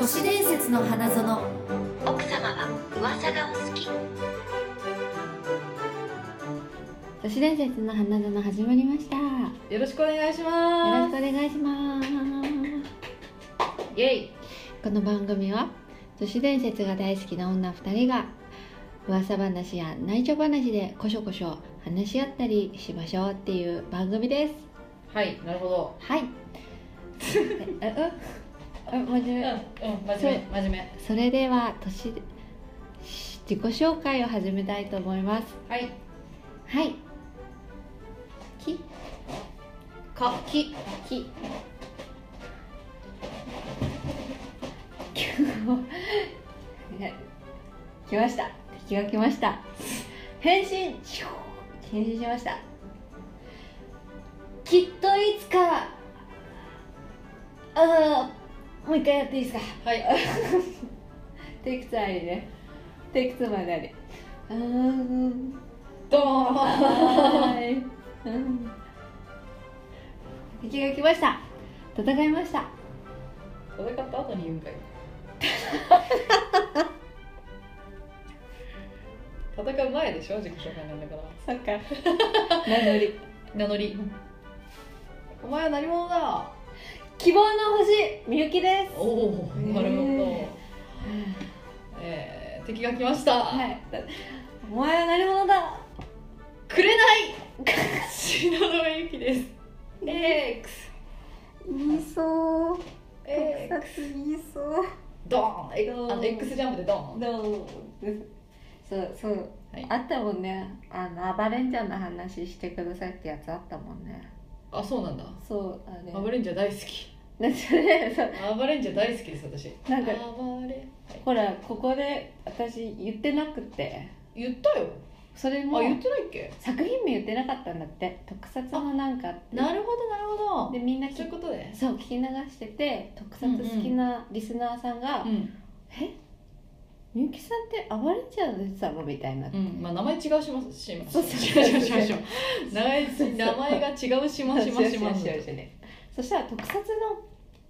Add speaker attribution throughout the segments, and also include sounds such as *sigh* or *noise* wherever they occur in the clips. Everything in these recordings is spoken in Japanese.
Speaker 1: 都市伝説の花園
Speaker 2: 奥様は噂がお好き
Speaker 3: 都市伝説の花園始まりました。よ
Speaker 4: よろしくお願いし
Speaker 3: ろしくお
Speaker 4: ます。
Speaker 3: 願いします。
Speaker 4: イェイ。
Speaker 3: この番組は都市伝説が大好きな女2人が噂話や内緒話でこしょこしょ話し合ったりしましょうっていう番組です。
Speaker 4: はい、なるほど。
Speaker 3: はい。えうんうん真面
Speaker 4: う
Speaker 3: 目
Speaker 4: ん、うん、真面目、真面目。
Speaker 3: それでは都市し自己紹介を始めたいと思います。
Speaker 4: はい。
Speaker 3: はい。き
Speaker 4: か、き、
Speaker 3: き。 *laughs* 来ました。敵が来ました。変身。シュー変身しました。きっといつか。ああ、もう一回やっていいですか。
Speaker 4: はい。
Speaker 3: テイクツーありね。テイクツーまであり。あーうん。
Speaker 4: どうも。
Speaker 3: はい。うん。敵が来ました。戦いました。
Speaker 4: *laughs* 戦った後に言うんかい。 *laughs* 戦う前でしょ、自己紹介なんだから。
Speaker 3: そっか。何より。
Speaker 4: 名乗り。お前は何者だ。
Speaker 3: 希望の星、みゆきです。
Speaker 4: おお、なるほど。えー、敵が来ました。
Speaker 3: はい。お前は何者だ。
Speaker 4: くれ *laughs* ない。篠野ゆきです。エックス。
Speaker 1: 言いそう
Speaker 4: エックス。
Speaker 1: 言いそう
Speaker 4: ドーンえ
Speaker 3: ドーン
Speaker 4: あの X ジャンプでドーン
Speaker 3: どう。そう、そう、
Speaker 4: はい
Speaker 3: あったもんね。あの暴れんちゃんの話してくださいってやつあったもんね。
Speaker 4: あそうなんだ
Speaker 3: そう、あれ。
Speaker 4: アバレンジャー大好き
Speaker 3: ね、それ、そう、
Speaker 4: アバレンジャー大好きです私
Speaker 3: なんか
Speaker 4: アバレ
Speaker 3: ほら、ここで、私言ってなくて。
Speaker 4: 言ったよ
Speaker 3: それ
Speaker 4: あ
Speaker 3: も。
Speaker 4: 言ってないっけ
Speaker 3: 作品名言ってなかったんだって特撮のなんかって
Speaker 4: なるほどなるほ
Speaker 3: で
Speaker 4: ど
Speaker 3: みんな聞
Speaker 4: そういうことで
Speaker 3: そう聞き流してて特撮好きなリスナーさんが「
Speaker 4: うん、
Speaker 3: えみゆきさんって暴れちゃう出てたの?」みたいな、
Speaker 4: うん、まあ名前違うしますします
Speaker 3: そうそうそう
Speaker 4: しましましま名前名前が違うしますしますします
Speaker 3: よしよしよしよしそしたら特撮の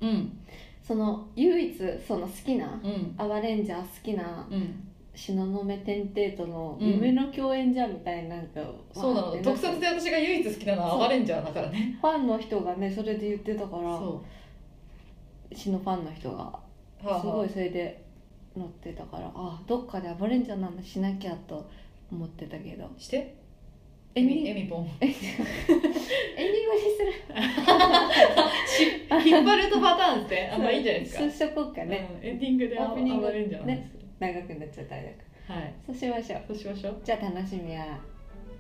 Speaker 4: うん
Speaker 3: その唯一その好きな
Speaker 4: うん
Speaker 3: アバレンジャー好きな
Speaker 4: うん
Speaker 3: 東雲天帝との
Speaker 4: うん
Speaker 3: 夢の共演じゃんみたいななんか、
Speaker 4: そうなの特撮で私が唯一好きなのは
Speaker 3: そ
Speaker 4: ア
Speaker 3: う
Speaker 4: バレンジャーだからね
Speaker 3: ファンの人がねそれで言ってたから
Speaker 4: そ
Speaker 3: 詩のファンの人が
Speaker 4: うはあ
Speaker 3: す
Speaker 4: は
Speaker 3: ご
Speaker 4: あ
Speaker 3: いそれで乗ってたからあどっかで暴れんじゃなんだしなきゃと思ってたけど
Speaker 4: して
Speaker 3: エ
Speaker 4: エ
Speaker 3: ンディング
Speaker 4: ミエミポン
Speaker 3: エンディングにする *laughs*
Speaker 4: 引っ張るとパターンってあんまいいんじゃないですか
Speaker 3: そうしとこうかね、
Speaker 4: うんエンディングで
Speaker 3: オープニング
Speaker 4: 暴れんじゃないですか、
Speaker 3: 長くなっちゃったらだか
Speaker 4: はい
Speaker 3: らそうしましょう
Speaker 4: そうしましょう
Speaker 3: じゃあ楽しみは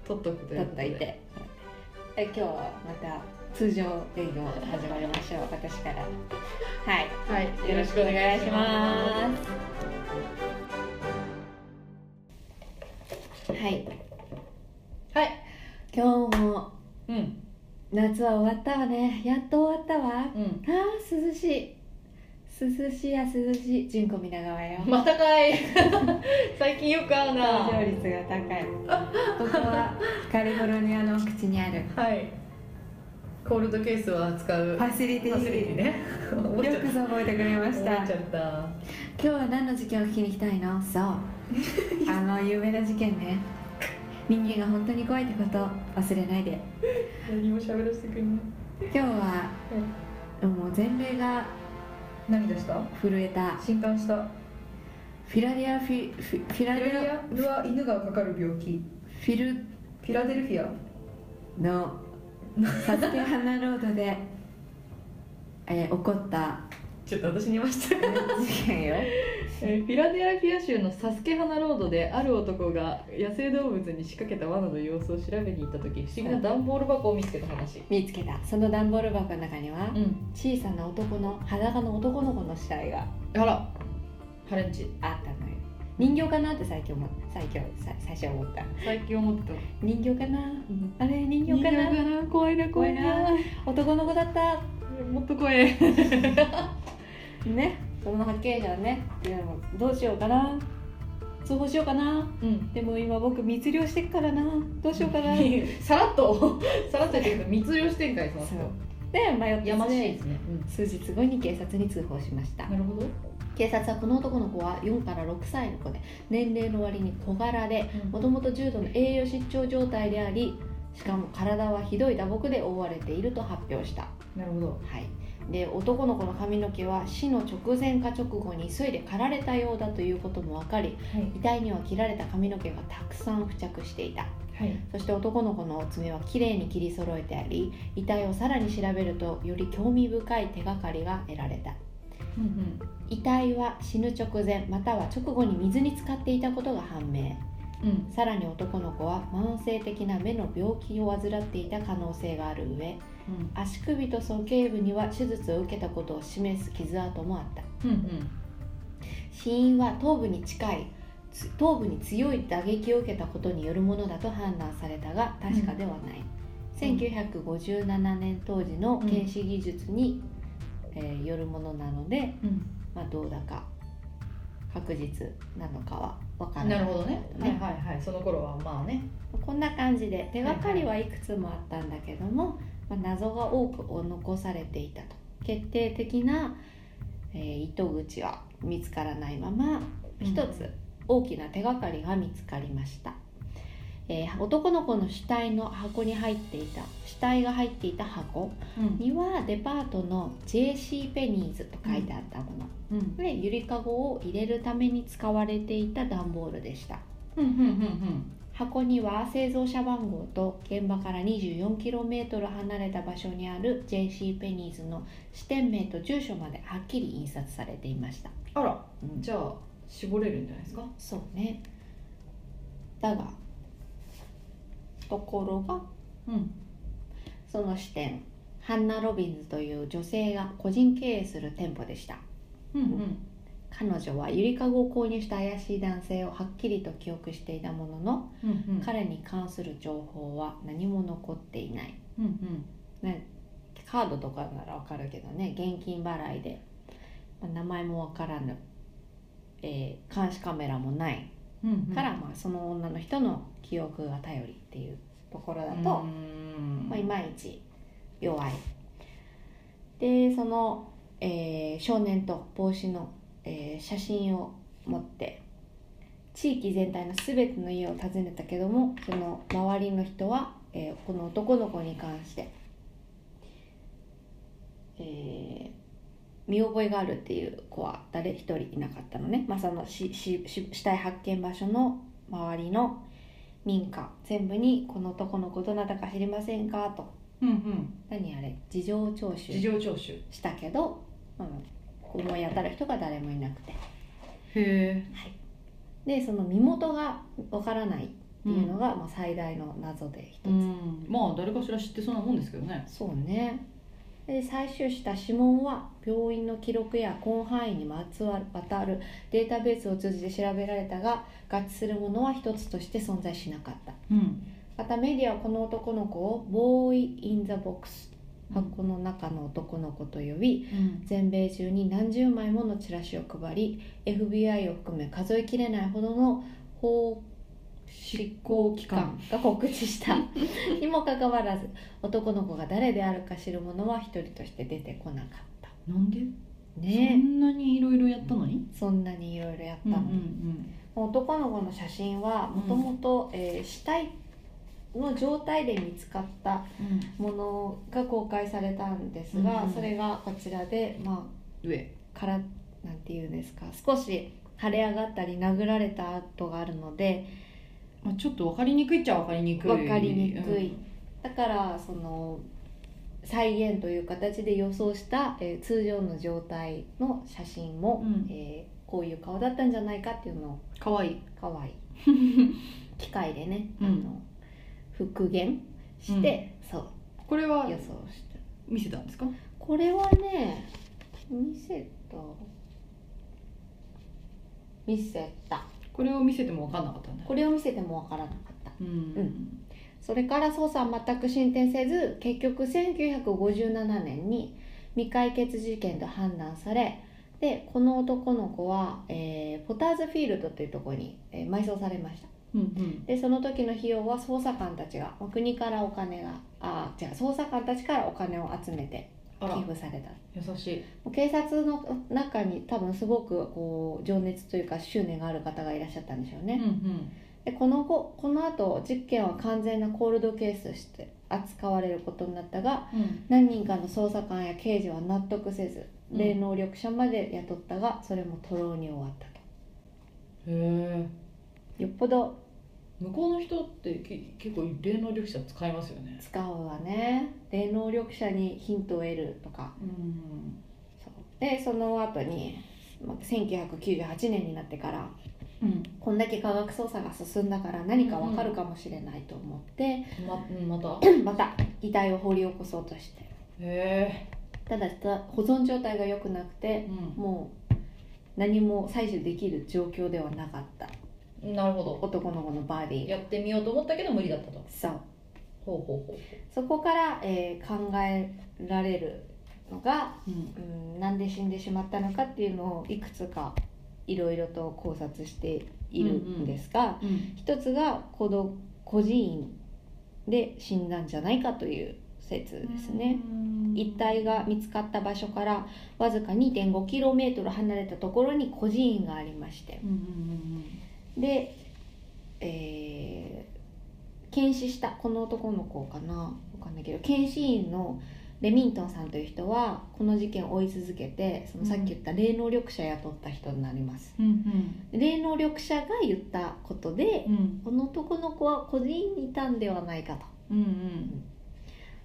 Speaker 4: 取っとくと
Speaker 3: 取
Speaker 4: いう
Speaker 3: っ
Speaker 4: こととで
Speaker 3: いてえ今日はまた通常営業始まりましょう私からはい
Speaker 4: はいよろしくお願いします
Speaker 3: はい
Speaker 4: はい
Speaker 3: 今日も
Speaker 4: うん
Speaker 3: 夏は終わったわねやっと終わったわ
Speaker 4: うん
Speaker 3: あー涼しい涼しいや涼しい純子皆川よ
Speaker 4: またかい *laughs* 最近よく会うな
Speaker 3: 視聴率が高いここはカリフォルニアの奥地にある
Speaker 4: はいコールドケースを扱う
Speaker 3: ファシリティシリーズ
Speaker 4: ね思っちゃ
Speaker 3: よ
Speaker 4: っ
Speaker 3: くぞ覚えてくれま
Speaker 4: た
Speaker 3: した
Speaker 4: 思っちゃ
Speaker 3: 今
Speaker 4: った
Speaker 3: 日は何の事件を聞きに来たいのそうあの有名な事件ね人間が本当に怖いってこと忘れないで
Speaker 4: 何も喋らせてくれない
Speaker 3: 今日は、もう全米が
Speaker 4: 涙した
Speaker 3: 震えた
Speaker 4: 震撼した
Speaker 3: フィラデアフィフィフィラデア
Speaker 4: ルは犬がかかる病気
Speaker 3: フィル
Speaker 4: フィラデルフィア
Speaker 3: のサスケハナロードで、えー起こった
Speaker 4: ちょっと私に言いました
Speaker 3: 事件よ
Speaker 4: えーフィラデルフィア州のサスケハナロードである男が野生動物に仕掛けた罠の様子を調べに行った時不思議な段ボール箱を見つけた話
Speaker 3: 見つけたその段ボール箱の中には
Speaker 4: うん
Speaker 3: 小さな男の裸の男の子の死体が
Speaker 4: あらハレンチ
Speaker 3: あったのよ人形かなって最近思った最近最最初思った
Speaker 4: 最近思ってた
Speaker 3: 人形かなあれ人形かな
Speaker 4: 人形かな怖いな怖いな
Speaker 3: 男の子だった
Speaker 4: もっと怖い
Speaker 3: *laughs* ねその発見者はねでもどうしようかな通報しようかな
Speaker 4: うん
Speaker 3: でも今僕密漁してっからなどうしようかな
Speaker 4: *laughs* さらっと *laughs* さらっと言ってるけど密漁してんかいその
Speaker 3: そ
Speaker 4: 人
Speaker 3: うで迷って
Speaker 4: やましいですね、
Speaker 3: 数日後に警察に通報しました
Speaker 4: うん、なるほど
Speaker 3: 警察はこの男の子は4から6歳の子で年齢の割に小柄でもともと重度の栄養失調状態でありしかも体はひどい打撲で覆われていると発表した、は
Speaker 4: なるほど
Speaker 3: い、で男の子の髪の毛は死の直前か直後に急いで刈られたようだということも分かり
Speaker 4: はい
Speaker 3: 遺体には切られた髪の毛がたくさん付着していた
Speaker 4: はい
Speaker 3: そして男の子の爪はきれいに切り揃えてあり遺体をさらに調べるとより興味深い手がかりが得られた
Speaker 4: うんうん
Speaker 3: 遺体は死ぬ直前または直後に水に浸かっていたことが判明
Speaker 4: うん
Speaker 3: さらに男の子は慢性的な目の病気を患っていた可能性がある上足首と鼠径部には手術を受けたことを示す傷跡もあった
Speaker 4: うんうん
Speaker 3: 死因は頭部に近いつ頭部に強い打撃を受けたことによるものだと判断されたが確かではない、
Speaker 4: うん
Speaker 3: 1957年当時の検視技術に、えーよるものなので、
Speaker 4: うん
Speaker 3: まあ、どうだか確実なのかは分からな
Speaker 4: ないるほどねはいはいはいその頃はまあね
Speaker 3: こんな感じで手がかりはいくつもあったんだけども、まあ、謎が多く残されていたと決定的な、えー糸口は見つからないまま
Speaker 4: うん
Speaker 3: 一つ大きな手がかりが見つかりました、えー男の子の死体の箱に入っていた死体が入っていた箱
Speaker 4: うん
Speaker 3: にはデパートの JC ペニーズと書いてあったもの、
Speaker 4: うん
Speaker 3: でゆりかごを入れるために使われていた段ボールでした
Speaker 4: うんうんうん
Speaker 3: 箱には製造者番号と現場から 24km 離れた場所にある JC ペニーズの支店名と住所まではっきり印刷されていました、
Speaker 4: あら
Speaker 3: うん
Speaker 4: じゃあ絞れるんじゃないですか
Speaker 3: そうねだがところが
Speaker 4: うん
Speaker 3: その支店ハンナ・ロビンズという女性が個人経営する店舗でした
Speaker 4: うんうん
Speaker 3: 彼女はゆりかごを購入した怪しい男性をはっきりと記憶していたものの、
Speaker 4: うんうん
Speaker 3: 彼に関する情報は何も残っていない
Speaker 4: うんうん
Speaker 3: ね、カードとかならわかるけどね現金払いで、まあ名前もわからぬ、えー監視カメラもない
Speaker 4: うんうん
Speaker 3: から、まあ、その女の人の記憶が頼りっていうところだと、
Speaker 4: うーん
Speaker 3: まあ、いまいち弱いでその、えー少年と帽子の、えー写真を持って地域全体の全ての家を訪ねたけどもその周りの人は、えーこの男の子に関して、えー見覚えがあるっていう子は誰一人いなかったのね、まあ、そのししし死体発見場所の周りの民家全部に「この男の子どなたか知りませんか?」と
Speaker 4: うんうん
Speaker 3: 何あれ事情聴
Speaker 4: 事
Speaker 3: 取
Speaker 4: 情聴取へ
Speaker 3: したけど、うん、思い当たる人が誰もいなくて
Speaker 4: え
Speaker 3: でその身元がわからないっていうのが、まあ、最大の謎で一つ、
Speaker 4: うんまあ誰かしら知ってそうなもんですけどね
Speaker 3: そうねで採取した指紋は病院の記録や広範囲にまつわる渡るデータベースを通じて調べられたが合致するものは一つとして存在しなかった
Speaker 4: うん
Speaker 3: またメディアはこの男の子を「ボーイ・イン・ザ・ボックス」箱の中の男の子と呼び
Speaker 4: うん
Speaker 3: 全米中に何十枚ものチラシを配り FBI を含め数えきれないほどの法執行機関が告知した
Speaker 4: *laughs*
Speaker 3: にもかかわらず男の子が誰であるか知る者は一人として出てこなかった
Speaker 4: なんでそ
Speaker 3: ね
Speaker 4: んなにいろいろやったのに
Speaker 3: えそんなにいろいろやったのに、男の子の写真はもともとえー死体の状態で見つかった
Speaker 4: うん
Speaker 3: ものが公開されたんですが、
Speaker 4: うん
Speaker 3: それがこちらでま
Speaker 4: 上
Speaker 3: あからなんていうんですか少し腫れ上がったり殴られた跡があるので
Speaker 4: まあちょっと分かりにくいっちゃ分かりにくい
Speaker 3: 分かりにくいだからその再現という形で予想した、えー通常の状態の写真
Speaker 4: う
Speaker 3: も、
Speaker 4: ん
Speaker 3: えーこういう顔だったんじゃないかっていうのを
Speaker 4: かわいい
Speaker 3: 可愛い
Speaker 4: *laughs*
Speaker 3: 機械でね、
Speaker 4: うん
Speaker 3: あの復元して、そう
Speaker 4: これは
Speaker 3: 予想して。
Speaker 4: 見せたんですか
Speaker 3: これはね見せた見せた
Speaker 4: これを見せても分かんなかったんだ
Speaker 3: これを見せてもわからなかった
Speaker 4: うん
Speaker 3: んそれから捜査は全く進展せず結局1957年に未解決事件と判断されでこの男の子は、えーポターズフィールドというところに、えー埋葬されました
Speaker 4: うんうん
Speaker 3: でその時の費用は捜査官たちがまあ国からお金があ違う捜査官たちからお金を集めて
Speaker 4: あら
Speaker 3: 寄付された
Speaker 4: 優しい
Speaker 3: 警察の中に多分すごくこう情熱というか執念がある方がいらっしゃったんでしょう
Speaker 4: うん
Speaker 3: ね、でこの後この後実験は完全なコールドケースとして扱われることになったが
Speaker 4: うんうん
Speaker 3: 何人かの捜査官や刑事は納得せず
Speaker 4: うん
Speaker 3: 霊能力者まで雇ったがそれも徒労に終わったと
Speaker 4: へえ
Speaker 3: よっぽど
Speaker 4: 向こうの人ってき結構霊能力者使いますよね
Speaker 3: 使うわね霊能力者にヒントを得るとか
Speaker 4: うん
Speaker 3: そうでその後にま1998年になってから
Speaker 4: うん
Speaker 3: こんだけ科学捜査が進んだから何かわかるかもしれないと思って、
Speaker 4: まうんまたへ
Speaker 3: また遺体を掘り起こそうとして
Speaker 4: え
Speaker 3: ただた保存状態が良くなくて
Speaker 4: う
Speaker 3: もう何も採取できる状況ではなかった
Speaker 4: んなるほど
Speaker 3: 男の子のバディ
Speaker 4: やってみようと思ったけど無理だったと
Speaker 3: そう
Speaker 4: ほうほうほ
Speaker 3: そこから、えー考えられるのが、
Speaker 4: ううん
Speaker 3: うん、なんで死んでしまったのかっていうのをいくつかいろいろと考察しているんですが、
Speaker 4: うん
Speaker 3: 一つが孤独孤児院で死んだんじゃないかという説ですね、遺体が見つかった場所からわずか 2.5km 離れたところに孤児院がありまして
Speaker 4: うんうん
Speaker 3: で、えー検視したこの男の子かなわかんないけど検視員のレミントンさんという人はこの事件を追い続けてそのさっき言った霊能力者雇った人になります、
Speaker 4: うんうん
Speaker 3: 霊能力者が言ったことで
Speaker 4: うんうん
Speaker 3: この男の子は孤児院にいたんではないかと
Speaker 4: うんうん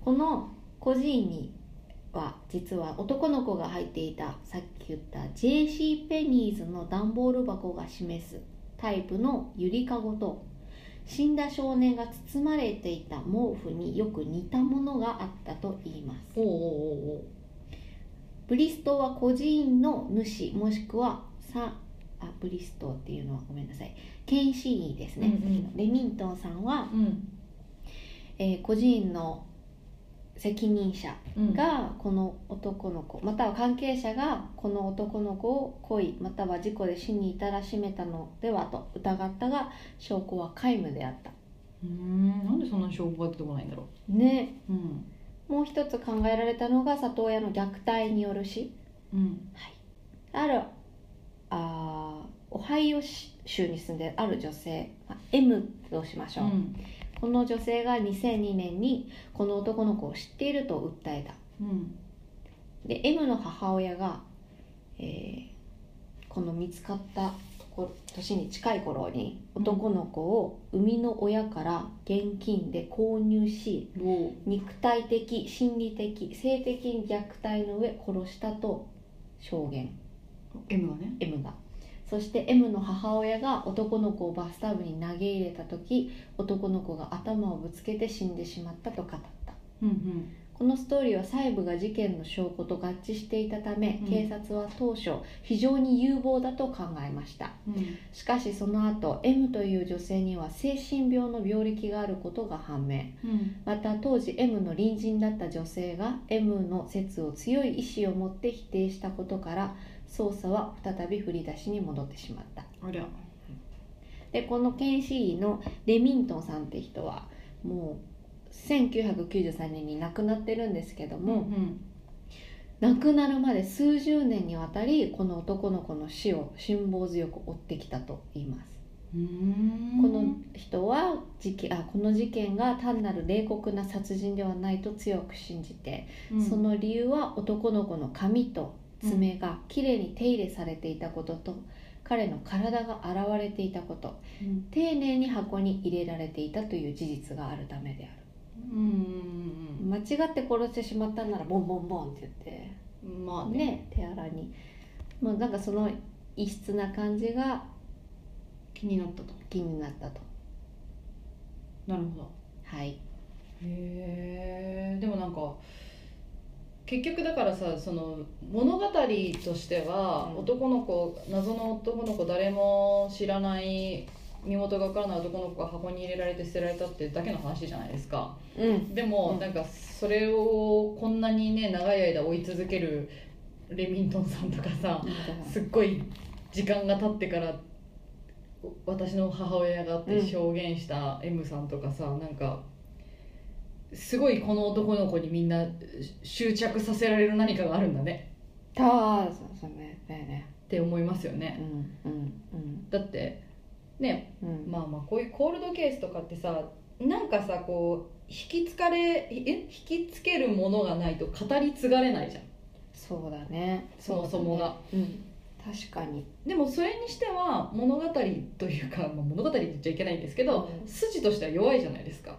Speaker 3: この孤児院には実は男の子が入っていたさっき言った JC ペニーズの段ボール箱が示すタイプのゆりかごと死んだ少年が包まれていた毛布によく似たものがあったと言います
Speaker 4: おうおうおうおう
Speaker 3: ブリストは孤児院の主もしくはさあブリストっていうのはごめんなさい検視医ですね、
Speaker 4: うんうん
Speaker 3: さっきのレミントンさんは
Speaker 4: うん
Speaker 3: えー個人の責任者
Speaker 4: うん
Speaker 3: がこの男の子または関係者がこの男の子を故意または事故で死に至らしめたのではと疑ったが証拠は皆無であった
Speaker 4: うーんなんでそんなに証拠が出てこないんだろ
Speaker 3: ね
Speaker 4: ううん
Speaker 3: もう一つ考えられたのが里親の虐待による死
Speaker 4: うん
Speaker 3: あるあーオハイオ州に住んである女性まあ M としましょう、
Speaker 4: ん
Speaker 3: この女性が2002年にこの男の子を知っていると訴えた
Speaker 4: うん
Speaker 3: で M の母親が、えーこの見つかったとこ年に近い頃に男の子を生みの親から現金で購入し
Speaker 4: どう
Speaker 3: 肉体的心理的性的虐待の上殺したと証言
Speaker 4: M はね
Speaker 3: M がそして M の母親が男の子をバスタブに投げ入れた時男の子が頭をぶつけて死んでしまったと語った
Speaker 4: うんうん
Speaker 3: このストーリーは細部が事件の証拠と合致していたため、
Speaker 4: うん
Speaker 3: 警察は当初非常に有望だと考えました
Speaker 4: うん
Speaker 3: しかしその後 M という女性には精神病の病歴があることが判明
Speaker 4: うん
Speaker 3: また当時 M の隣人だった女性が M の説を強い意志を持って否定したことから捜査は再び振り出しに戻ってしまった
Speaker 4: ありゃ
Speaker 3: でこの検視医のレミントンさんって人はもう1993年に亡くなってるんですけども、
Speaker 4: うん
Speaker 3: 亡くなるまで数十年にわたりこの男の子の死を辛抱強く追ってきたと言います、
Speaker 4: うーん
Speaker 3: この人は事件あこの事件が単なる冷酷な殺人ではないと強く信じて、
Speaker 4: うん
Speaker 3: その理由は男の子の髪と爪がきれいに手入れされていたことと、彼の体が現れていたこと
Speaker 4: うん
Speaker 3: 丁寧に箱に入れられていたという事実があるためである
Speaker 4: うん
Speaker 3: 間違って殺してしまったんならボンボンボンって言って
Speaker 4: うんまあね
Speaker 3: ね手洗いにまあなんかその異質な感じが
Speaker 4: 気になったと
Speaker 3: 気になったと
Speaker 4: なるほど
Speaker 3: はい
Speaker 4: へえでもなんか結局だからさその物語としては、
Speaker 3: うん
Speaker 4: 男の子謎の男の子誰も知らない身元が分からない男の子が箱に入れられて捨てられたってだけの話じゃないですか
Speaker 3: うん
Speaker 4: でも、
Speaker 3: うん
Speaker 4: なんかそれをこんなにね長い間追い続けるレミントンさんとかさすっごい時間が経ってから私の母親がって証言した M さんとかさ、なんかすごいこの男の子にみんな執着させられる何かがあるんだね
Speaker 3: ああそうそうねだよね
Speaker 4: って思いますよ
Speaker 3: う
Speaker 4: ね
Speaker 3: んうん
Speaker 4: だってね
Speaker 3: うんうん
Speaker 4: まあまあこういうコールドケースとかってさなんかさこう引きつかれえ引きつけるものがないと語り継がれないじゃん
Speaker 3: そうだね
Speaker 4: そもそも
Speaker 3: そ
Speaker 4: が、
Speaker 3: うだねうん確かに
Speaker 4: でもそれにしては物語というか、まあ、物語って言っちゃいけないんですけど
Speaker 3: うん
Speaker 4: 筋としては弱いじゃないですか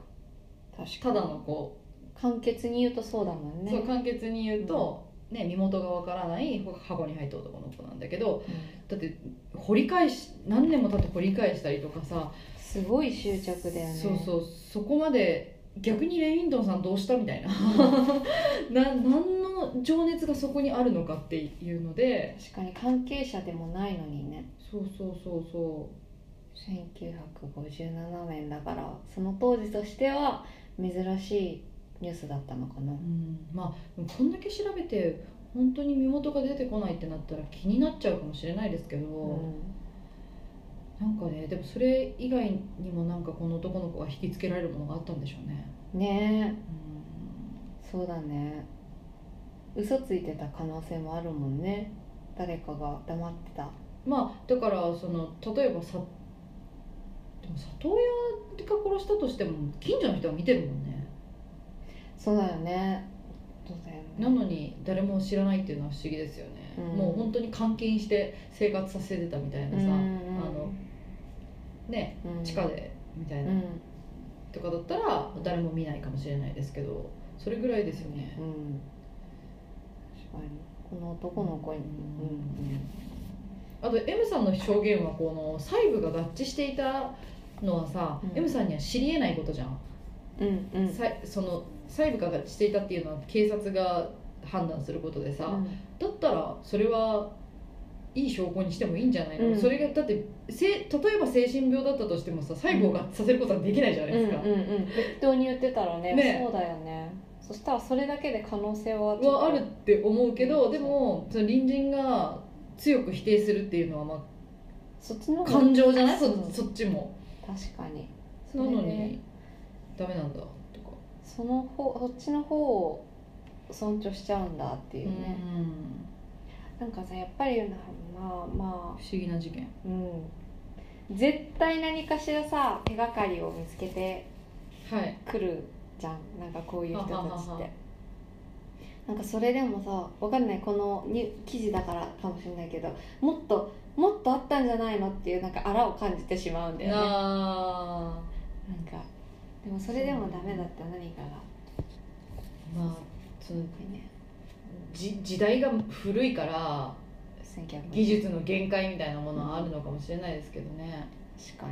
Speaker 3: 確か
Speaker 4: た
Speaker 3: に
Speaker 4: だのこ
Speaker 3: 簡潔に言うとそうだもん
Speaker 4: う、
Speaker 3: ね
Speaker 4: そう簡潔に言うと、ね、身元がわからない箱に入った男の子なんだけど
Speaker 3: うん
Speaker 4: だって掘り返し何年も経って掘り返したりとかさ、
Speaker 3: すごい執着だよね
Speaker 4: そうそうそこまで逆にレインドンさんどうしたみたいな *laughs* な何の情熱がそこにあるのかっていうので
Speaker 3: 確かに関係者でもないのにね
Speaker 4: そうそうそうそ
Speaker 3: 1957年だからその当時としては珍しいニュースだったのかな
Speaker 4: う、うん、まあでもこんだけ調べて本当に身元が出てこないってなったら気になっちゃうかもしれないですけど、
Speaker 3: うん
Speaker 4: なんかねでもそれ以外にもなんかこの男の子は引きつけられるものがあったんでしょうね、
Speaker 3: ね
Speaker 4: うん
Speaker 3: えそうだね嘘ついてた可能性もあるもんね誰かが黙ってた
Speaker 4: まあだからその例えばさでも里親が殺したとしても近所の人は見てるもんね
Speaker 3: そうだよねそうだよね
Speaker 4: なのに誰も知らないっていうのは不思議ですよね、
Speaker 3: うん
Speaker 4: もう本当に監禁して生活させてたみたいなさ、
Speaker 3: うん
Speaker 4: あのね
Speaker 3: うん
Speaker 4: 地下でみたいうな、
Speaker 3: ん、
Speaker 4: とかだったら誰も見ないかもしれないですけどそれぐらいですよね
Speaker 3: うん、確かにこの男の子に、うん
Speaker 4: あと M さんの証言はこの細部が合致していたのはさ、
Speaker 3: うん
Speaker 4: M さんには知りえないことじゃん、
Speaker 3: うんうん
Speaker 4: さいその細部が合致していたっていうのは警察が判断することでさ、だったらそれはいい証拠にしてもいいんじゃないの、
Speaker 3: うん
Speaker 4: それがだってせ例えば精神病だったとしてもさ細部を合致させることはできないじゃないですか、
Speaker 3: うんうんうん、適当に言ってたらね
Speaker 4: ね
Speaker 3: そうだよねそしたらそれだけで可能性はちょっと
Speaker 4: はあるって思うけど、
Speaker 3: うん
Speaker 4: でもその隣人が強く否定するっていうのはま
Speaker 3: そっちの方
Speaker 4: あ
Speaker 3: が
Speaker 4: 感情じゃない、
Speaker 3: うん
Speaker 4: そそっちも
Speaker 3: 確かにそ
Speaker 4: な
Speaker 3: れで
Speaker 4: のにダメなんだとか
Speaker 3: その方そっちの方を尊重しちゃうんだっていうね、
Speaker 4: うん
Speaker 3: なんかさやっぱりなまあま
Speaker 4: 不思議な事件
Speaker 3: あうん絶対何かしらさ手がかりを見つけて
Speaker 4: はい
Speaker 3: くるじゃんなんかこういう人たち
Speaker 4: ははは
Speaker 3: っ
Speaker 4: は
Speaker 3: てなんかそれでもさわかんないこのに記事だからかもしれないけどもっともっとあったんじゃないのっていうなんかあらを感じてしまうんだよねなん
Speaker 4: あ
Speaker 3: かでもそれでもダメだった何かが
Speaker 4: ーまあその
Speaker 3: やっぱりね
Speaker 4: じ時代が古いから
Speaker 3: 1900
Speaker 4: 技術の限界みたいなものはあるのかもしれないですけどね
Speaker 3: 確か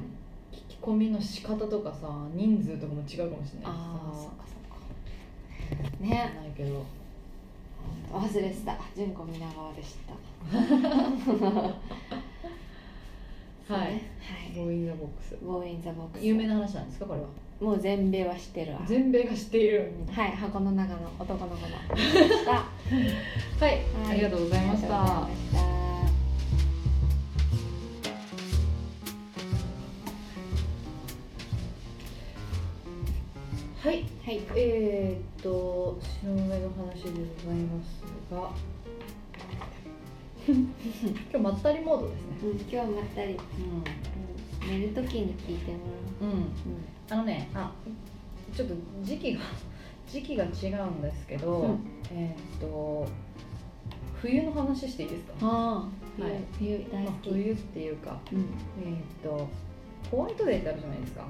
Speaker 3: に
Speaker 4: 聞き込みの仕方とかさ人数とかも違うかもしれない
Speaker 3: ああそ
Speaker 4: し
Speaker 3: っ
Speaker 4: さ
Speaker 3: かそっか
Speaker 4: わ
Speaker 3: ね
Speaker 4: かんないけど
Speaker 3: 忘れてた純子皆川でした
Speaker 4: は
Speaker 3: は
Speaker 4: い
Speaker 3: い
Speaker 4: ボーインザボックス
Speaker 3: ボーインザボックス
Speaker 4: 有名な話なんですかこれは
Speaker 3: もう全米は知ってるわ
Speaker 4: 全米が知っている
Speaker 3: はい、箱の中の男の子の話でした。
Speaker 4: *laughs*
Speaker 3: は
Speaker 4: はい
Speaker 3: い
Speaker 4: ありがとうございまし
Speaker 3: ありがとうご
Speaker 4: た
Speaker 3: ざいました
Speaker 4: はい
Speaker 3: はい、
Speaker 4: えー、っと白目の話でございますが *laughs* 今日まったりモードですね
Speaker 3: うん、今日まったり、うん、寝るときに聞いても
Speaker 4: うん、うん
Speaker 3: ら
Speaker 4: あのねあちょっと時期が *laughs* 時期が違うんですけど、
Speaker 3: うん
Speaker 4: えーっと冬の話していいですか、
Speaker 3: う。ああ、
Speaker 4: はい
Speaker 3: 冬、冬大
Speaker 4: ま
Speaker 3: 好
Speaker 4: あ
Speaker 3: き。
Speaker 4: 冬っていうか
Speaker 3: うん、
Speaker 4: えーっとホワイトデーってあるじゃないですか、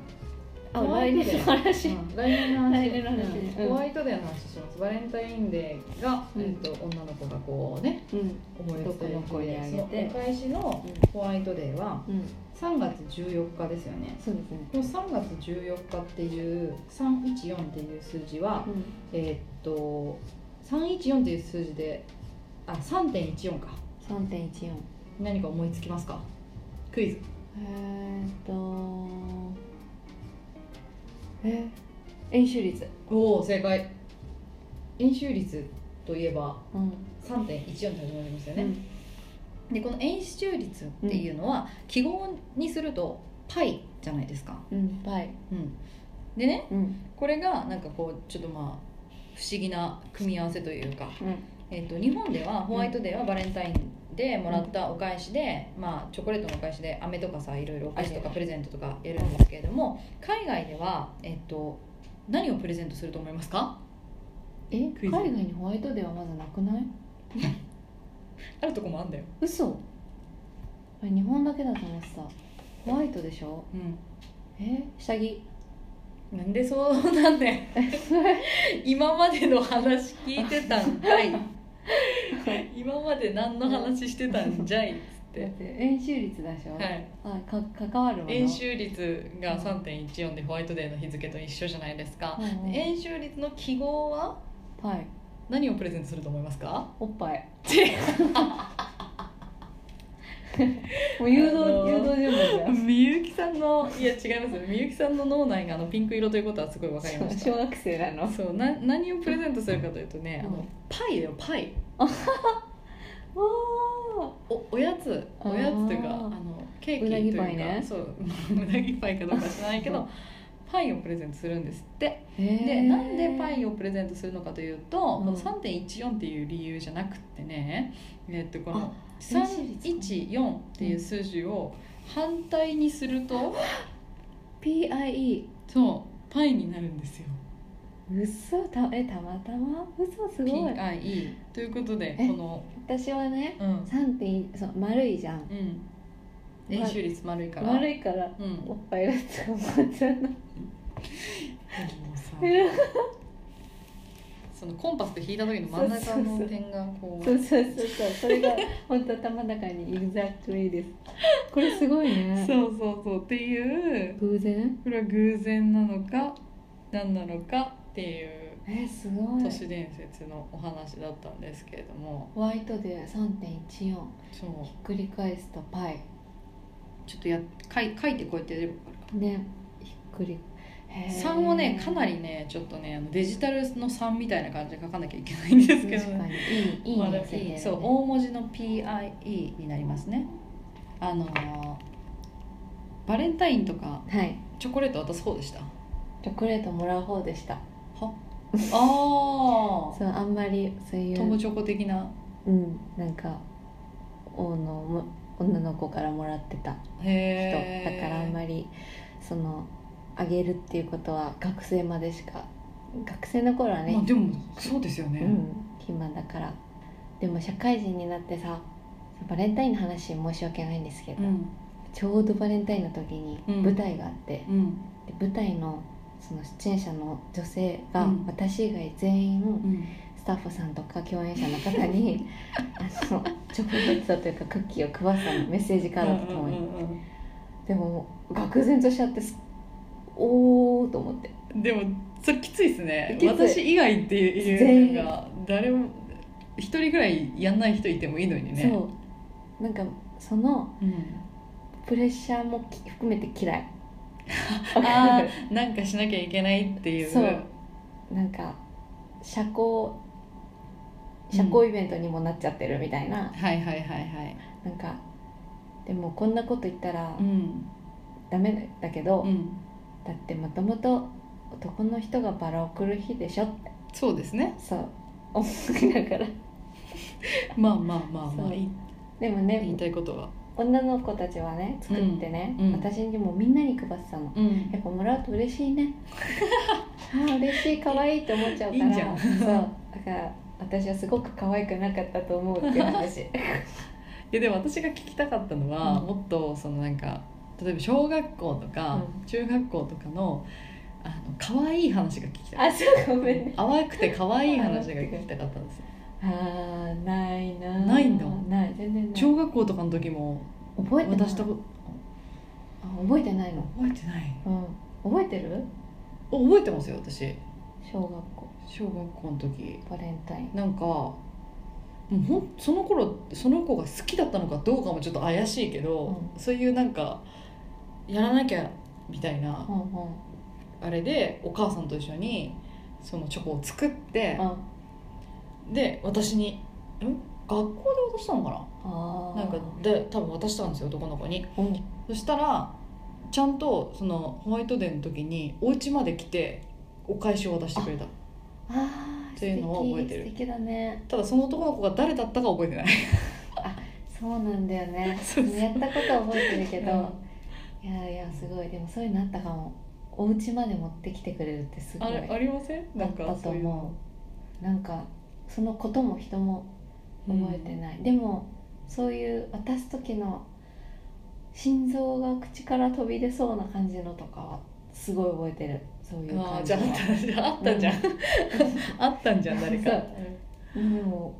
Speaker 3: あ、
Speaker 4: ホワ
Speaker 3: 来
Speaker 4: イト
Speaker 3: 年
Speaker 4: デー
Speaker 3: の話。
Speaker 4: うん来年の話
Speaker 3: 来年の話ね
Speaker 4: うん
Speaker 3: うん
Speaker 4: ホワイトデーの話しますバレンタインデーが、
Speaker 3: うん
Speaker 4: えーっと女の子がこうね
Speaker 3: うん、
Speaker 4: 思い出す
Speaker 3: 男の子にあげて
Speaker 4: お返しのホワイトデーは
Speaker 3: うん、
Speaker 4: 3月14日ですよね
Speaker 3: そうですね。
Speaker 4: この3月14日っていう314っていう数字は、
Speaker 3: うん、
Speaker 4: えーっと314っていう数字であ3.14か
Speaker 3: 三点一四。
Speaker 4: 何か思いつきますかクイズ
Speaker 3: えーっと。え。円周率。
Speaker 4: おお正解円周率といえば
Speaker 3: うん、
Speaker 4: 3.14って始まりますよ
Speaker 3: う
Speaker 4: ね、
Speaker 3: ん、
Speaker 4: でこの円周率っていうのは記号にするとパイじゃないですか、
Speaker 3: うん、倍。
Speaker 4: うん、でね
Speaker 3: うん
Speaker 4: これがなんかこうちょっとまあ不思議な組み合わせというか、
Speaker 3: うん
Speaker 4: えっと日本ではホワイトデーはバレンタインでもらったお返しで、まあ、チョコレートのお返しで飴とかさいろいろお菓子とかプレゼントとかやるんですけれども海外では、えっと何をプレゼントすると思いますか
Speaker 3: え
Speaker 5: クイ
Speaker 3: 海
Speaker 5: ズ
Speaker 3: 外にホワイトデーはまだなくない
Speaker 4: あるとこもあんだよ、
Speaker 3: 嘘あれ日本だけだと思ってたホワイトでしょ
Speaker 4: う
Speaker 3: え下着
Speaker 4: ん、なんでそうなんだよ *laughs* 今までの話聞いてたんか *laughs* い今まで何の話してたんじゃいっつって
Speaker 3: だって円周率だでしょ、
Speaker 4: はい
Speaker 3: あか関わるもの
Speaker 4: 円周率が3.14でホワイトデーの日付と一緒じゃないですか、
Speaker 3: うんうん
Speaker 4: 円周率の記号は
Speaker 3: はい
Speaker 4: 何をプレゼントすると思いますか
Speaker 3: おっぱ
Speaker 4: *laughs*
Speaker 3: い
Speaker 4: 違
Speaker 3: もう誘導、
Speaker 4: あのー
Speaker 3: 誘導順番じゃん
Speaker 4: みゆきさんのいや違いますみゆきさんの脳内があのピンク色ということはすごいわかり *laughs* まし
Speaker 3: 小
Speaker 4: た
Speaker 3: 学生なの
Speaker 4: そうな何をプレゼントするかというとね、あ
Speaker 3: う
Speaker 4: の
Speaker 3: ん
Speaker 4: パイだよパイ
Speaker 3: お
Speaker 4: おおやつおやつというかあ
Speaker 3: あー
Speaker 4: のケーキというか
Speaker 3: うなぎパイね
Speaker 4: そううなぎパイかどうか知らないけどパイをプレゼントするんですってでなんでパイをプレゼントするのかというと、
Speaker 3: うん
Speaker 4: この3.14っていう理由じゃなくってね、えっと、こ
Speaker 3: あ
Speaker 4: の314っていう数字を反対にすると、
Speaker 3: PIE
Speaker 4: そうパイになるんですよ。
Speaker 3: 嘘たえたまたま嘘すごい
Speaker 4: PIE ということで
Speaker 3: え
Speaker 4: この、
Speaker 3: 私はね
Speaker 4: うん
Speaker 3: 3点そう丸いじゃん
Speaker 4: うん、練習率丸いから。
Speaker 3: 丸いから
Speaker 4: うん、も
Speaker 3: おっぱいだと思っちゃうの
Speaker 4: うさそのコンパスで引いた時の真ん中の点がこ
Speaker 3: そううそうそうそうそれが本当頭の中にいるざっくりですこれすごいね
Speaker 4: *laughs* そうそうそうっていう
Speaker 3: 偶然
Speaker 4: これは偶然なのか何なのかっていう
Speaker 3: えすごい
Speaker 4: 都市伝説のお話だったんですけれども、
Speaker 3: ホワイトデー3.14ひ
Speaker 4: そう
Speaker 3: っくり返すとパイ
Speaker 4: ちょっとや書い書いてこうやってやればわかるか
Speaker 3: ねひっくりへー
Speaker 4: 3をねかなりねちょっとねあのデジタルの3みたいな感じで書かなきゃいけないんですけど
Speaker 3: 確かにいいいい
Speaker 4: まだ
Speaker 3: ね設定だね
Speaker 4: そう大文字の PIE になりますねあのーバレンタインとか
Speaker 3: はい
Speaker 4: チョコレート渡す方でしたあ
Speaker 3: チョコレートもらう方でした
Speaker 4: あ
Speaker 3: そうあんまりそうい
Speaker 4: トム
Speaker 3: う
Speaker 4: チョコ的な
Speaker 3: うんなんか王のも女の子からもらってた人
Speaker 4: へえ
Speaker 3: だからあんまりそのあげるっていうことは学生までしか学生の頃はね、
Speaker 4: まあ、でもそうですよね、
Speaker 3: うん暇だからでも社会人になってさバレンタインの話申し訳ないんですけど、
Speaker 4: うん
Speaker 3: ちょうどバレンタインの時に
Speaker 4: うん
Speaker 3: 舞台があって、
Speaker 4: うん
Speaker 3: で舞台のその出演者の女性が、
Speaker 4: うん
Speaker 3: 私以外全員
Speaker 4: うん
Speaker 3: スタッフさんとか共演者の方に
Speaker 4: *laughs*
Speaker 3: あのチョコレートというかクッキーを配ったのメッセージカードとともに、
Speaker 4: うん
Speaker 3: でも愕然としちゃってすおーと思って
Speaker 4: うんでもそれきついですね
Speaker 3: きつい
Speaker 4: 私以外って
Speaker 3: 全
Speaker 4: いう
Speaker 3: 員
Speaker 4: のが誰も一人ぐらいやんない人いてもいいのにね
Speaker 3: そうなんかその
Speaker 4: うん、
Speaker 3: プレッシャーもき含めて嫌い
Speaker 4: ああなんかしなきゃいけないっていう
Speaker 3: そうなんか社交社交イベントにもなっちゃってるみたいな、
Speaker 4: はいはいはいはい
Speaker 3: なんかでもこんなこと言ったら
Speaker 4: うん
Speaker 3: ダメだけど、
Speaker 4: うん
Speaker 3: だってもともと男の人がバラ送る日でしょって
Speaker 4: そうですね
Speaker 3: そう思いながら
Speaker 4: まあまあまあまあ
Speaker 3: そう
Speaker 4: い
Speaker 3: でも
Speaker 4: 言い
Speaker 3: ね
Speaker 4: たいことは
Speaker 3: 女の子たちはね作ってね、
Speaker 4: うんうん
Speaker 3: 私にもみんなに配ってたの
Speaker 4: うん
Speaker 3: やっぱもらうと嬉しい
Speaker 4: *laughs*
Speaker 3: ねああ嬉しい可愛いって思っちゃうから
Speaker 4: いいじゃん
Speaker 3: そうだから私はすごく可愛くなかったと思うっていう話
Speaker 4: いやでも私が聞きたかったのは、
Speaker 3: うん
Speaker 4: もっとそのなんか例えば小学校とか
Speaker 3: う
Speaker 4: 中学校とかのあの可愛い話が聞きたい
Speaker 3: あそうごめんね
Speaker 4: 淡くて可愛い話が聞きたかったんですよ
Speaker 3: あーないなー
Speaker 4: ないんだ
Speaker 3: ない全然ない
Speaker 4: 小学校とかの時も
Speaker 3: 覚えてない
Speaker 4: 私とこ
Speaker 3: あ覚えてないの
Speaker 4: 覚えてない
Speaker 3: うん覚えてる
Speaker 4: お覚えてますよ私
Speaker 3: 小学校
Speaker 4: 小学校の時
Speaker 3: バレンタイン
Speaker 4: なんかもうほんその頃その子が好きだったのかどうかもちょっと怪しいけど、そういうなんかやらなきゃみたいな
Speaker 3: うんうんうん
Speaker 4: あれでお母さんと一緒にそのチョコを作って
Speaker 3: あ
Speaker 4: で私にん学校で渡したのか
Speaker 3: あ
Speaker 4: ななんか
Speaker 3: う
Speaker 4: で多分渡したんですよ男の子に
Speaker 3: ん
Speaker 4: そしたらちゃんとそのホワイトデーの時にお家まで来てお返しを渡してくれた
Speaker 3: あー
Speaker 4: っていうのは覚えて
Speaker 3: 素
Speaker 4: る
Speaker 3: 敵素敵だね
Speaker 4: ただその男の子が誰だったか覚えてない
Speaker 3: そうなんだよね
Speaker 4: *laughs* そうそう
Speaker 3: やったことは覚えてるけど、いやいやすごいでもそういうのあったかもお家まで持ってきてくれるってすごい
Speaker 4: あれ *laughs* ありません
Speaker 3: あ
Speaker 4: なん
Speaker 3: っ
Speaker 4: か
Speaker 3: たと
Speaker 4: そういう
Speaker 3: 思うなんかそのことも人も
Speaker 4: うん
Speaker 3: 覚えてない、でもそういう渡す時の心臓が口から飛び出そうな感じのとかはすごい覚えてるそういう
Speaker 4: あー
Speaker 3: 感
Speaker 4: *laughs* じ
Speaker 3: じ
Speaker 4: ゃあ
Speaker 3: は
Speaker 4: あったじゃああったじゃん、あったんじゃん誰か
Speaker 3: そうでも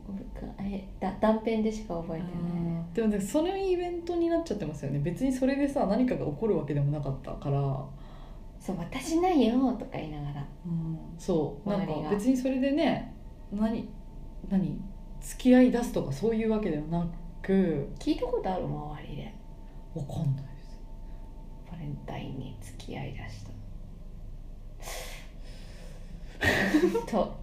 Speaker 3: えだ断片でしか覚えてない
Speaker 4: でもねそのイベントになっちゃってますよね別にそれでさ何かが起こるわけでもなかったから、
Speaker 3: そう私ないよとか言いながら
Speaker 4: そうなんか
Speaker 3: 周りが
Speaker 4: 別にそれでね何何付き合い出すとかそういうわけではなく
Speaker 3: 聞いたことある周りで
Speaker 4: わかんないです
Speaker 3: バレンタインに付き合いだした *laughs* と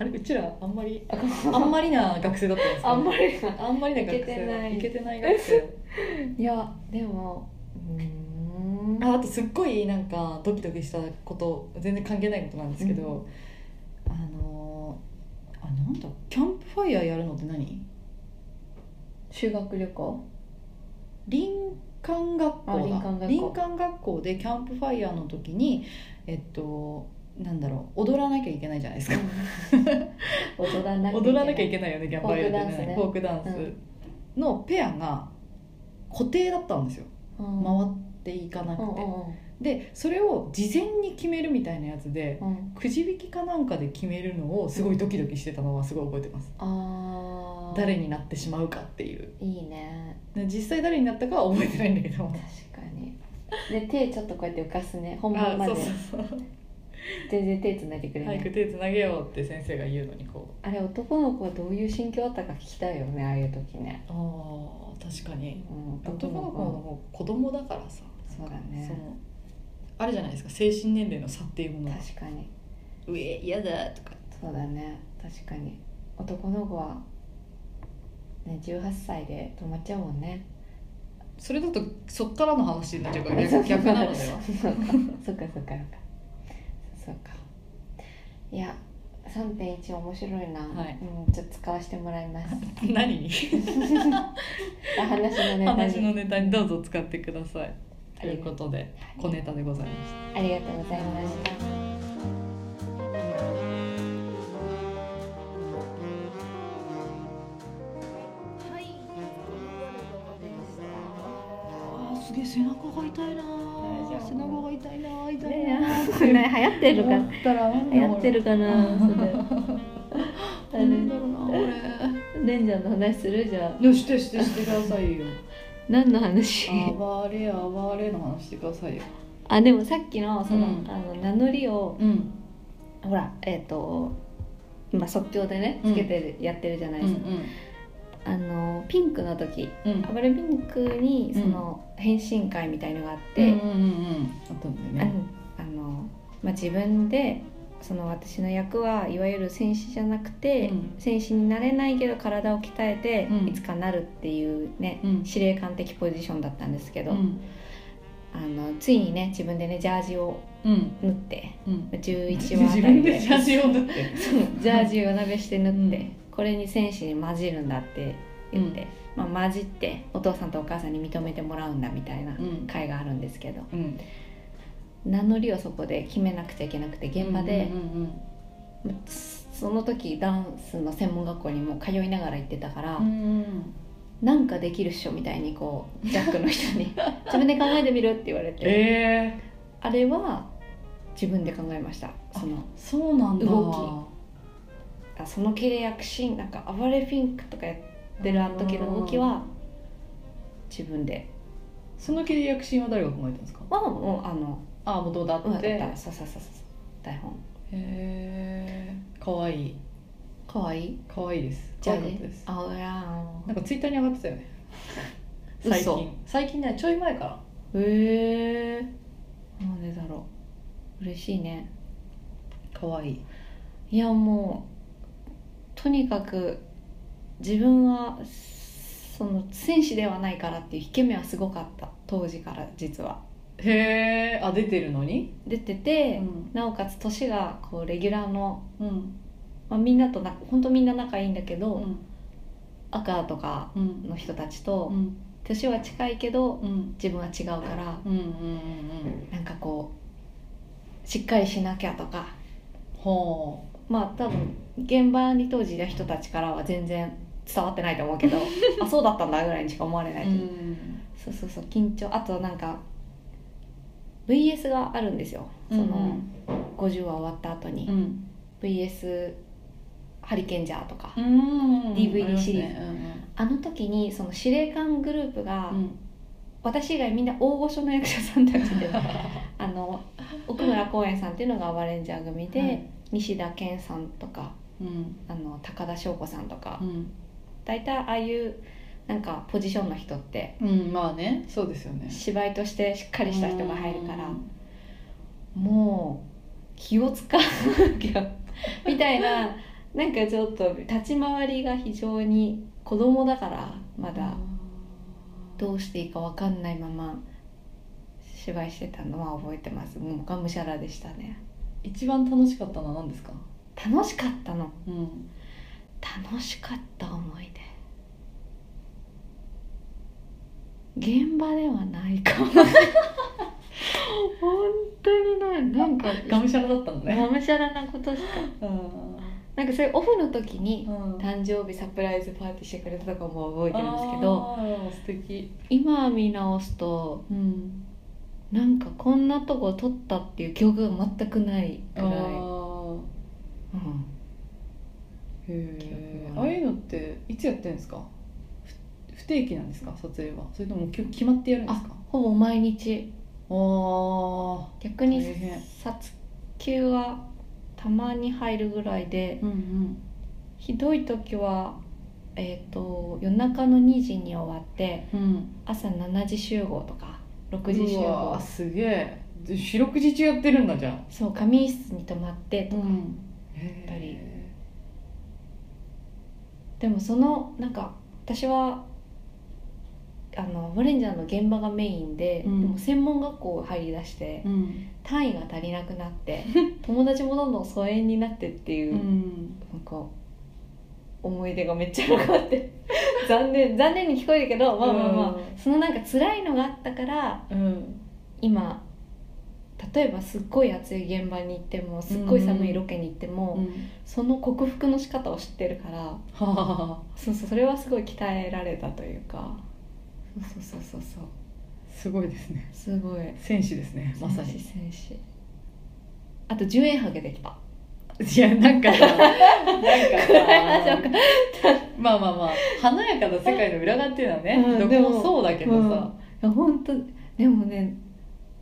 Speaker 4: あれうちらあんまり
Speaker 3: *laughs*
Speaker 4: あんまりな学生だったんですか、
Speaker 3: あんまりな
Speaker 4: あんまりな学生
Speaker 3: いけてない
Speaker 4: いけてない学
Speaker 3: *laughs*
Speaker 4: 生
Speaker 3: いやでもうーん
Speaker 4: ああとすっごいなんかドキドキしたこと全然関係ないことなんですけど、あのーあなんだキャンプファイヤーやるのって何
Speaker 3: 修学旅行
Speaker 4: 林間学校だ
Speaker 3: あ林間学校
Speaker 4: 林間学校でキャンプファイヤーの時にえっとなんだろう踊らなきゃいけない
Speaker 3: *laughs*
Speaker 4: じゃないですか
Speaker 3: 踊らなきゃ
Speaker 4: 踊らなきゃい
Speaker 3: ない
Speaker 4: けないよねキャンプファイヤーってね
Speaker 3: フ
Speaker 4: フ
Speaker 3: ォ
Speaker 4: ォークダン
Speaker 3: ね
Speaker 4: スのペアが固定だったんですよ
Speaker 3: うん
Speaker 4: 回っていかなく
Speaker 3: うん
Speaker 4: てでそれを事前に決めるみたいなやつで
Speaker 3: うんうん
Speaker 4: くじ引きかなんかで決めるのをすごいドキドキしてたのはすごい覚えてます
Speaker 3: あー
Speaker 4: 誰になってしまうかっていう
Speaker 3: いいね
Speaker 4: で実際誰になったかは覚えてないんだけ
Speaker 3: *laughs*
Speaker 4: ど
Speaker 3: 確かにで手ちょっとこうやって浮かすね本
Speaker 4: あ
Speaker 3: 番まで
Speaker 4: そうそうそう
Speaker 3: 全然手つないでくれない、
Speaker 4: 早く手つなげようって先生が言うのにこう
Speaker 3: あれ男の子はどういう心境だったか聞きたいよねああいう時ね、
Speaker 4: あー確かに
Speaker 3: うん、
Speaker 4: 男の子の方子供だからさ
Speaker 3: そうだね
Speaker 4: そのあるじゃないですか精神年齢の差っていうものが
Speaker 3: 確かに
Speaker 4: うえ嫌だとか
Speaker 3: そうだね確かに男の子は、ね、18歳で止まっちゃうもんね
Speaker 4: それだとそっからの話にな
Speaker 3: *laughs*
Speaker 4: っちゃうから逆逆なのでは
Speaker 3: そうかそうかそうかそうかいや3.1面白いな、
Speaker 4: はい
Speaker 3: うん、ちょっと使わせてもらいます
Speaker 4: *laughs* 何に
Speaker 3: あ話のネタ
Speaker 4: *laughs* 話の
Speaker 3: に
Speaker 4: ネタにどうぞ使ってください
Speaker 3: あ
Speaker 4: と
Speaker 3: り
Speaker 4: いう
Speaker 3: が
Speaker 4: ことで小ネタでございました
Speaker 3: ありがとうございました
Speaker 6: はい。
Speaker 4: あーすげえ背中が痛いな
Speaker 3: 大丈夫
Speaker 4: 背中が痛いな痛いな
Speaker 3: これ流行ってるか *laughs*
Speaker 4: 思ったら
Speaker 3: 流行ってるかな *laughs* それあ
Speaker 4: なんだろうな俺
Speaker 3: れレンジャーの話するじゃん
Speaker 4: いやしてしてしてくださいよ
Speaker 3: 何の話
Speaker 4: 暴れ暴れの話してくださいよ
Speaker 3: *laughs* あでもさっきのその,、
Speaker 4: うん
Speaker 3: あの名乗りを
Speaker 4: うん
Speaker 3: ほらえっ、とまあ即興でねつけてる、やってるじゃな
Speaker 4: う
Speaker 3: い
Speaker 4: んう
Speaker 3: ですか、
Speaker 4: ん
Speaker 3: あのピンクの時
Speaker 4: うん
Speaker 3: 暴れピンクに
Speaker 4: うん
Speaker 3: その変身会みたいのがあっ
Speaker 4: うんう
Speaker 3: て、
Speaker 4: んうんあったん
Speaker 3: あ
Speaker 4: だよね
Speaker 3: のあの、まあ、自分でその私の役はいわゆる戦士じゃなくて、
Speaker 4: うん
Speaker 3: 戦士になれないけど体を鍛えて、
Speaker 4: うん
Speaker 3: いつかなるっていうね
Speaker 4: うん
Speaker 3: 司令官的ポジションだったんですけど、
Speaker 4: うん
Speaker 3: あのついにね自分でねジャージを
Speaker 4: うん
Speaker 3: 縫って
Speaker 4: うん
Speaker 3: 11話あ
Speaker 4: 自
Speaker 3: たり
Speaker 4: 分
Speaker 3: で
Speaker 4: で写真を撮って
Speaker 3: そう *laughs* ジャージを鍋して縫って、
Speaker 4: うん
Speaker 3: これに戦士に混じるんだって言って、まあ、混じってお父さんとお母さんに認めてもらうんだみたいな
Speaker 4: うん
Speaker 3: 会があるんですけど、
Speaker 4: うん
Speaker 3: 名乗りをそこで決めなくちゃいけなくて現場で
Speaker 4: う、んうん
Speaker 3: まあその時ダンスの専門学校にも通いながら行ってたから、
Speaker 4: うんうん
Speaker 3: なんかできるっしょみたいにこうジャックの人
Speaker 4: *laughs*
Speaker 3: に「自分で考えてみる」って言われて、
Speaker 4: ええ
Speaker 3: あれは自分で考えましたその
Speaker 4: そうなんだ
Speaker 3: 動あその契約シーンなんか「暴れフィンク」とかやってるあの時の動きは自分で
Speaker 4: その契約シーンは誰が考えたんですか
Speaker 3: まあもうあの
Speaker 4: ああ元々あ
Speaker 3: うんだ
Speaker 4: っ
Speaker 3: ってた
Speaker 4: へ
Speaker 3: らそうそうそうそう台本
Speaker 4: えかわいい
Speaker 3: かわいい
Speaker 4: かわいいです
Speaker 3: じ
Speaker 4: 可
Speaker 3: ゃあ
Speaker 4: 愛かった
Speaker 3: ね
Speaker 4: です
Speaker 3: あおやん
Speaker 4: なんかツイッターに上がってたよね
Speaker 3: 嘘
Speaker 4: 最近最近ねちょい前から
Speaker 3: へえなんでだろう嬉しいね
Speaker 4: かわいい
Speaker 3: いやもうとにかく自分はその戦士ではないからっていう引け目はすごかった当時から実は
Speaker 4: へえあ出てるのに
Speaker 3: 出てて、
Speaker 4: ん
Speaker 3: なおかつ年がこうレギュラーの、
Speaker 4: うん
Speaker 3: まあ、みんなとな本当みんな仲いいんだけど、
Speaker 4: うん
Speaker 3: 赤とか
Speaker 4: うん
Speaker 3: の人たちと、
Speaker 4: うん
Speaker 3: 年は近いけど
Speaker 4: うん
Speaker 3: 自分は違うから
Speaker 4: うんうんうん
Speaker 3: なんかこうしっかりしなきゃとか
Speaker 4: ほ
Speaker 3: まあ多分現場に当時いた人たちからは全然伝わってないと思う
Speaker 4: *laughs*
Speaker 3: けどあそうだったんだぐらいにしか思われな
Speaker 4: う
Speaker 3: い、
Speaker 4: ん
Speaker 3: そうそうそう緊張あとなんか VS があるんですよその50話終わった後に、
Speaker 4: うん
Speaker 3: VS ハリケンジャーとか、
Speaker 4: うん
Speaker 3: DVD シリーズ
Speaker 4: ありますね
Speaker 3: あの時にその司令官グループが、
Speaker 4: うんうん
Speaker 3: 私以外みんな大御所の役者さんたちで *laughs* あの奥村光円さんっていうのが暴れんジャー組で、
Speaker 4: はい
Speaker 3: 西田健さんとか
Speaker 4: うん
Speaker 3: あの高田翔子さんとか
Speaker 4: うん
Speaker 3: 大体ああいうなんかポジションの人って
Speaker 4: うんまあねそうですよね
Speaker 3: 芝居としてしっかりした人が入るから
Speaker 4: うん
Speaker 3: もう気を使わなきゃみたいななんかちょっと立ち回りが非常に子供だからまだどうしていいか分かんないまま芝居してたのは覚えてますもうがむしゃらでしたね
Speaker 4: 一番楽しかったのは何ですか
Speaker 3: 楽しかったの
Speaker 4: うん
Speaker 3: 楽しかった思い出現場ではないかも本当にないなんか
Speaker 4: がむしゃらだったのね
Speaker 3: がむしゃらなことしか
Speaker 4: うん
Speaker 3: なんかそういうオフの時に
Speaker 4: うん
Speaker 3: 誕生日サプライズパーティーしてくれたとかも覚えてるんですけど
Speaker 4: あー素敵
Speaker 3: 今見直すと
Speaker 4: うん
Speaker 3: なんかこんなとこ撮ったっていう記憶が全くないく
Speaker 4: あ
Speaker 3: らい、
Speaker 4: ー
Speaker 3: うん
Speaker 4: へえ
Speaker 3: 記憶が
Speaker 4: ああいうのっていつやってるんですかふ不定期なんですか撮影はそれともき決まってやるんですか
Speaker 3: ほぼ毎日
Speaker 4: ああ
Speaker 3: 逆
Speaker 4: 大
Speaker 3: に
Speaker 4: 変
Speaker 3: 撮休はたまに入るぐらいで
Speaker 4: うんうん
Speaker 3: ひどい時は、えー、と夜中の2時に終わって
Speaker 4: うん
Speaker 3: 朝7時集合とか6時集
Speaker 4: うわ
Speaker 3: 合
Speaker 4: ーすげえで四六時中やってるんだじゃ
Speaker 3: そう仮眠室に泊まって
Speaker 4: あ
Speaker 3: と
Speaker 4: う
Speaker 3: か、
Speaker 4: ん
Speaker 3: やっぱり
Speaker 4: へ
Speaker 3: でもそのなんか私はあのボレンジャーの現場がメインで、
Speaker 4: うん
Speaker 3: でも専門学校入りだして
Speaker 4: えうん
Speaker 3: 単位が足りなくなって
Speaker 4: *laughs*
Speaker 3: 友達もどんどん疎遠になってっていうう、
Speaker 4: ん
Speaker 3: なんか思い出がめっちゃ残って
Speaker 4: *laughs*
Speaker 3: 残念残念に聞こえるけどまあまあまあ、そのなんか辛いのがあったから
Speaker 4: あうん
Speaker 3: 今例えばすっごい暑い現場に行ってもすっごい寒いロケに行っても、
Speaker 4: うん
Speaker 3: その克服の仕方を知ってるから
Speaker 4: はあはあはあ
Speaker 3: そうそうそれはすごい鍛えられたというかそうそうそうそうそう
Speaker 4: すごいですね
Speaker 3: すごい
Speaker 4: 戦士ですねまさに
Speaker 3: 戦士戦士あと10円ハゲできた
Speaker 4: いやなんかさなん
Speaker 3: 話を
Speaker 4: かさまあまあまあ華やかな世界の裏側っていうのはね、
Speaker 3: うん
Speaker 4: どこ
Speaker 3: で
Speaker 4: も
Speaker 3: も
Speaker 4: そうだけど
Speaker 3: うんい
Speaker 4: さ、
Speaker 3: や本当でもね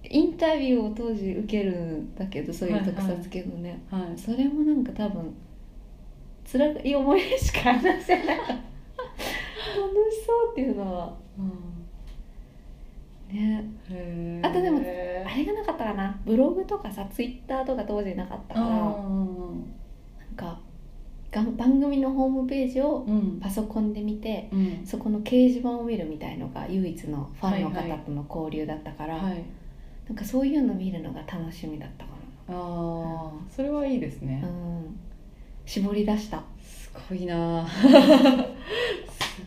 Speaker 3: インタビューを当時受けるんだけどそういう特撮系のね、
Speaker 4: はい
Speaker 3: それもなんか多分辛い思い出しか話せない楽しそうっていうのはね
Speaker 4: へー
Speaker 3: あとでもあれがなかったかなブログとかさツイッターとか当時なかったからなん
Speaker 4: うん
Speaker 3: かがん番組のホームページを
Speaker 4: うん
Speaker 3: パソコンで見て
Speaker 4: うん
Speaker 3: そこの掲示板を見るみたいのが唯一のファンの
Speaker 4: はいは
Speaker 3: 方
Speaker 4: い
Speaker 3: との交流だったから、
Speaker 4: はい
Speaker 3: なんかそういうの見るのが楽しみだったか
Speaker 4: ああそれはいいですね
Speaker 3: な、うん、絞り出した
Speaker 4: すごいなあす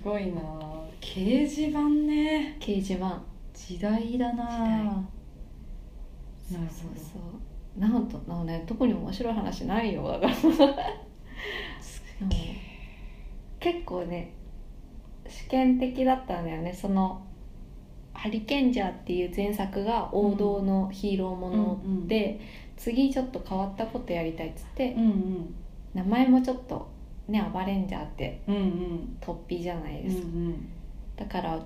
Speaker 4: ごいなあ掲示板ね
Speaker 3: 掲示板
Speaker 4: 時代だなあなるほ
Speaker 3: そう
Speaker 4: ど
Speaker 3: そうなんとなおね特に面白い話ないよだからでも結構ね試験的だったんだよねその「ハリケンジャー」っていう前作が王道のヒーローもの
Speaker 4: うんうん
Speaker 3: で、次ちょっと変わったことやりたいっつって
Speaker 4: うんうん
Speaker 3: 名前もちょっとね「暴レンジャー」って
Speaker 4: うんうん
Speaker 3: 突飛じゃない
Speaker 4: うん
Speaker 3: ですか、だから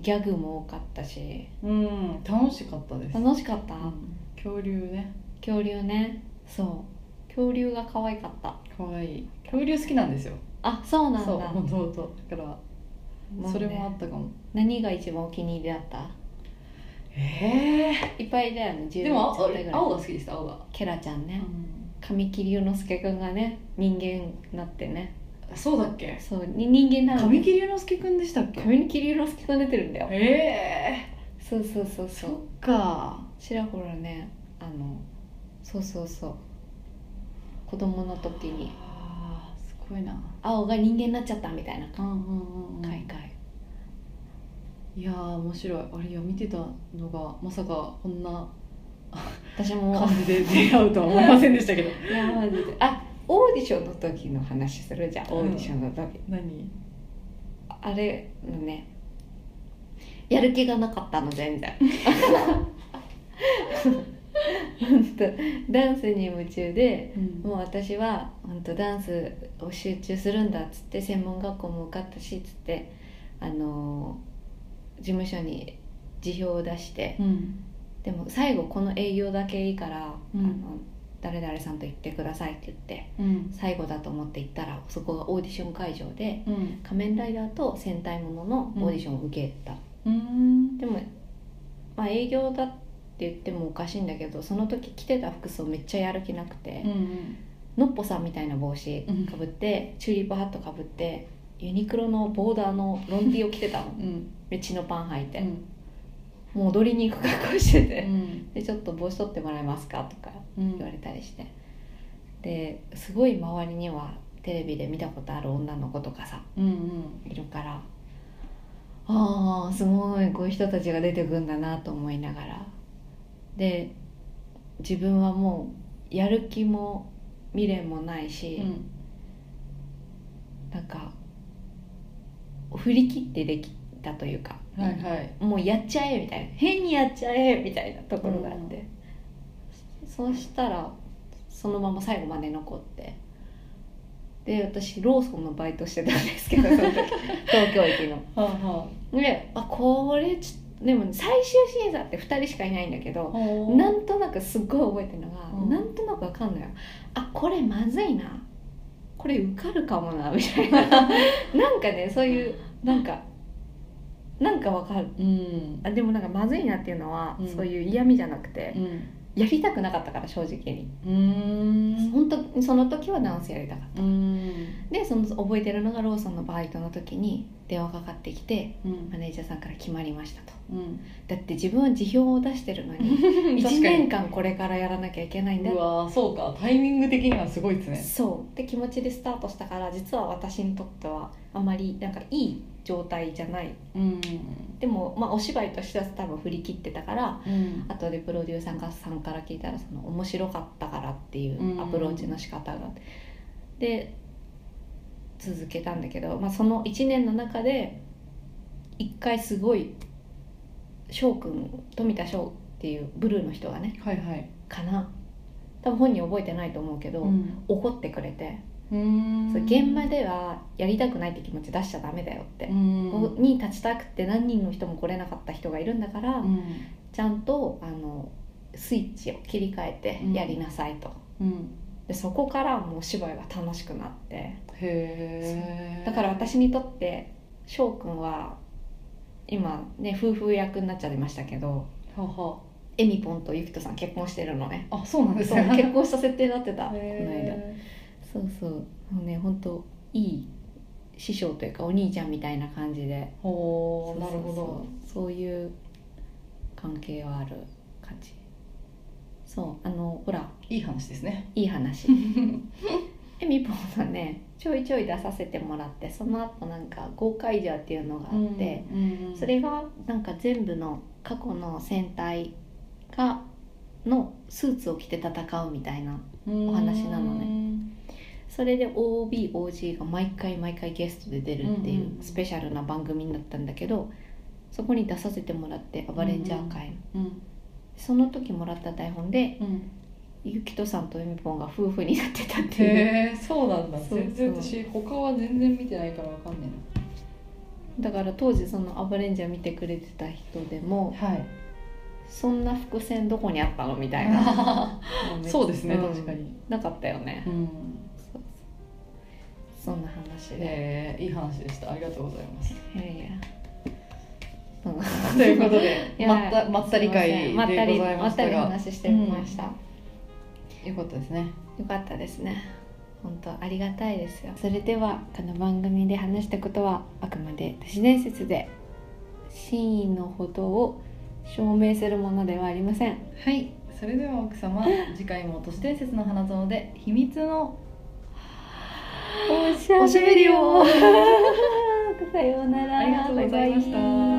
Speaker 3: ギャグも多かったし
Speaker 4: うんうん楽しかったです
Speaker 3: 楽しかった、
Speaker 4: うん恐竜ね
Speaker 3: 恐竜ねそう恐竜が可愛かった
Speaker 4: 可愛い恐竜好きなんですよ
Speaker 3: あそうなんだ
Speaker 4: そうもともとだから
Speaker 3: まあね
Speaker 4: それもあったかも
Speaker 3: 何が一番お気に入りだった
Speaker 4: え
Speaker 3: いっぱいだよね10
Speaker 4: えでも
Speaker 3: ちょっとぐらい
Speaker 4: 青が好きでした青が
Speaker 3: ケラちゃんね神木隆之介くんがね人間になってね
Speaker 4: そうだっけ
Speaker 3: そうに人間なの
Speaker 4: 神木隆之介くんでしたっけ
Speaker 3: 神木隆之介くん出てるんだよ
Speaker 4: ええ
Speaker 3: そうそうそうそう
Speaker 4: か
Speaker 3: ちらほらねあのそうそうそう子供の時に
Speaker 4: あーすごいな
Speaker 3: 青が人間になっちゃったみたいな
Speaker 4: うんうんうん
Speaker 3: 海外
Speaker 4: いやー面白いあれいや見てたのがまさかこんな
Speaker 3: 私も
Speaker 4: 感じで出会うとは思いませんでしたけど
Speaker 3: いやマジであオーディションの時の話するじゃんオーディションの時、
Speaker 4: 何
Speaker 3: あれのねやる気がなかったの全然本当ダンスに夢中で
Speaker 4: うん
Speaker 3: もう私は本当ダンスを集中するんだっつって専門学校も受かったしっつってあのー事務所に辞表を出して
Speaker 4: うん
Speaker 3: でも最後この営業だけいいから、
Speaker 4: うん
Speaker 3: あの誰々さんと行ってくださいって言って
Speaker 4: うん
Speaker 3: 最後だと思って行ったらそこがオーディション会場で
Speaker 4: うん
Speaker 3: 仮面ライダーと戦隊もののオーディションを受けた、
Speaker 4: うん
Speaker 3: でも、まあ、営業だって言ってもおかしいんだけどその時着てた服装めっちゃやる気なくて、のっぽさんみたいな帽子
Speaker 4: うん
Speaker 3: かぶって、チューリップハットかぶってユニクロのボーダーのロンティーを着てたの
Speaker 4: うん
Speaker 3: で血のパン履いて、
Speaker 4: うん
Speaker 3: もう踊りに行く格好してて、
Speaker 4: うん
Speaker 3: でちょっと帽子取ってもらえますかとか
Speaker 4: うん
Speaker 3: 言われたりしてですごい周りにはテレビで見たことある女の子とかさ
Speaker 4: うん
Speaker 3: いるからああすごいこういう人たちが出てくんだなと思いながらで自分はもうやる気も未練もないし、なんか振り切ってできたというか、
Speaker 4: はいはい
Speaker 3: もうやっちゃえみたいな変にやっちゃえみたいなところがあって、そうしたらそのまま最後まで残ってで私ローソンのバイトしてたんですけどその時
Speaker 4: *laughs*
Speaker 3: 東京駅の。
Speaker 4: はあは
Speaker 3: であこれちょでもね最終審査って2人しかいないんだけど
Speaker 4: あおー
Speaker 3: なんとなくすっごい覚えてるのが、
Speaker 4: うん
Speaker 3: なんとなくわかんないよあこれまずいなこれ受かるかもなみた
Speaker 4: *laughs*
Speaker 3: いななんかねそういうなんかなんかわかる
Speaker 4: うん
Speaker 3: あでもなんかまずいなっていうのは、
Speaker 4: うん
Speaker 3: そういう嫌味じゃなくて
Speaker 4: う、ん
Speaker 3: やりたくなかったから正直に、
Speaker 4: うーん
Speaker 3: 本当にその時はダンスやりたかっ
Speaker 4: うん
Speaker 3: たでその覚えてるのがローソンのバイトの時に電話かかってきて
Speaker 4: うん
Speaker 3: マネージャーさんから決まりましたと
Speaker 4: うん
Speaker 3: だって自分は辞表を出してるのに1年間これからやらなきゃいけないんだ
Speaker 4: うわーそうかタイミング的にはすごいですね
Speaker 3: そうって気持ちでスタートしたから実は私にとってはあまりなんかいい状態じゃない
Speaker 4: うん
Speaker 3: でも、まあ、お芝居としては多分振り切ってたから
Speaker 4: うん
Speaker 3: 後でプロデューサーさんから聞いたらその面白かったからっていうアプローチの仕方が、で続けたんだけど、まあ、その1年の中で一回すごい翔くん富田翔っていうブルーの人がね
Speaker 4: はいはい
Speaker 3: かな多分本人覚えてないと思うけど、
Speaker 4: ん
Speaker 3: 怒ってくれて、
Speaker 4: うーん
Speaker 3: そう現場ではやりたくないって気持ち出しちゃダメだよって、
Speaker 4: うん
Speaker 3: ここに立ちたくて何人の人も来れなかった人がいるんだから、
Speaker 4: うん
Speaker 3: ちゃんとあのスイッチを切り替え
Speaker 4: うん
Speaker 3: てやりなさいと、
Speaker 4: うん
Speaker 3: でそこからもうお芝居は楽しくなって
Speaker 4: へえ
Speaker 3: だから私にとって翔くんは今ね夫婦役になっちゃいましたけど
Speaker 4: はは
Speaker 3: えみぽんとゆきとさん結婚してる
Speaker 4: *laughs*
Speaker 3: のね
Speaker 4: あそうなんです
Speaker 3: そう
Speaker 4: ね
Speaker 3: 結婚した設定になってたこの間
Speaker 4: へ
Speaker 3: そうそうもうね本当いい師匠というかお兄ちゃんみたいな感じで
Speaker 4: ーほーなる
Speaker 3: そうそう
Speaker 4: ほ
Speaker 3: そうそういう関係はある感じそうあのほら
Speaker 4: どいい話ですね
Speaker 3: いい
Speaker 4: *laughs*
Speaker 3: 話えみぽんさんねちょいちょい出させてもらってその後なんか「ゴーカイジャー」っていうのがあって、
Speaker 4: うん
Speaker 3: それがなんか全部の過去の戦隊がのスーツを着て戦うみたいな
Speaker 4: お
Speaker 3: 話なの
Speaker 4: ね
Speaker 3: それで OBOG が毎回毎回ゲストで出るってい
Speaker 4: んうんう
Speaker 3: うんうスペシャルな番組になったんだけどそこに出させてもらって「アバレンジャー会」の
Speaker 4: うん
Speaker 3: その時もらった台本で
Speaker 4: うん
Speaker 3: ゆきとさんとえみぽんが夫婦になってたっていう。
Speaker 4: へえそうなんだ
Speaker 3: そうそう
Speaker 4: 全然私他は全然見てないからわかんない
Speaker 3: だから当時その「アバレンジャー」見てくれてた人でも
Speaker 4: なはい
Speaker 3: そんな伏線どこにあったのみたいな
Speaker 4: *laughs* そうですね
Speaker 3: ん
Speaker 4: 確かに
Speaker 3: なかったよね
Speaker 4: うん
Speaker 3: そうそうそんな話で、
Speaker 4: へえいい話でしたありがとうございます
Speaker 3: いやいやそんな
Speaker 4: ということで
Speaker 3: *laughs* いや
Speaker 4: まったまったり会でご
Speaker 3: まったり
Speaker 4: ざい
Speaker 3: ま
Speaker 4: ま
Speaker 3: っ
Speaker 4: したた
Speaker 3: り
Speaker 4: が
Speaker 3: 話してみました、
Speaker 4: よかったですね
Speaker 3: よかったですね本当ありがたいですよそれではこの番組で話したことはあくまで都市伝説で真意のほどを証明するものではありません
Speaker 4: はいそれでは奥様次回も都市伝説の花園で秘密の
Speaker 3: おしゃ
Speaker 4: おしゃべりを
Speaker 3: さようなら *laughs*
Speaker 4: ありがとうございました
Speaker 3: バイバイ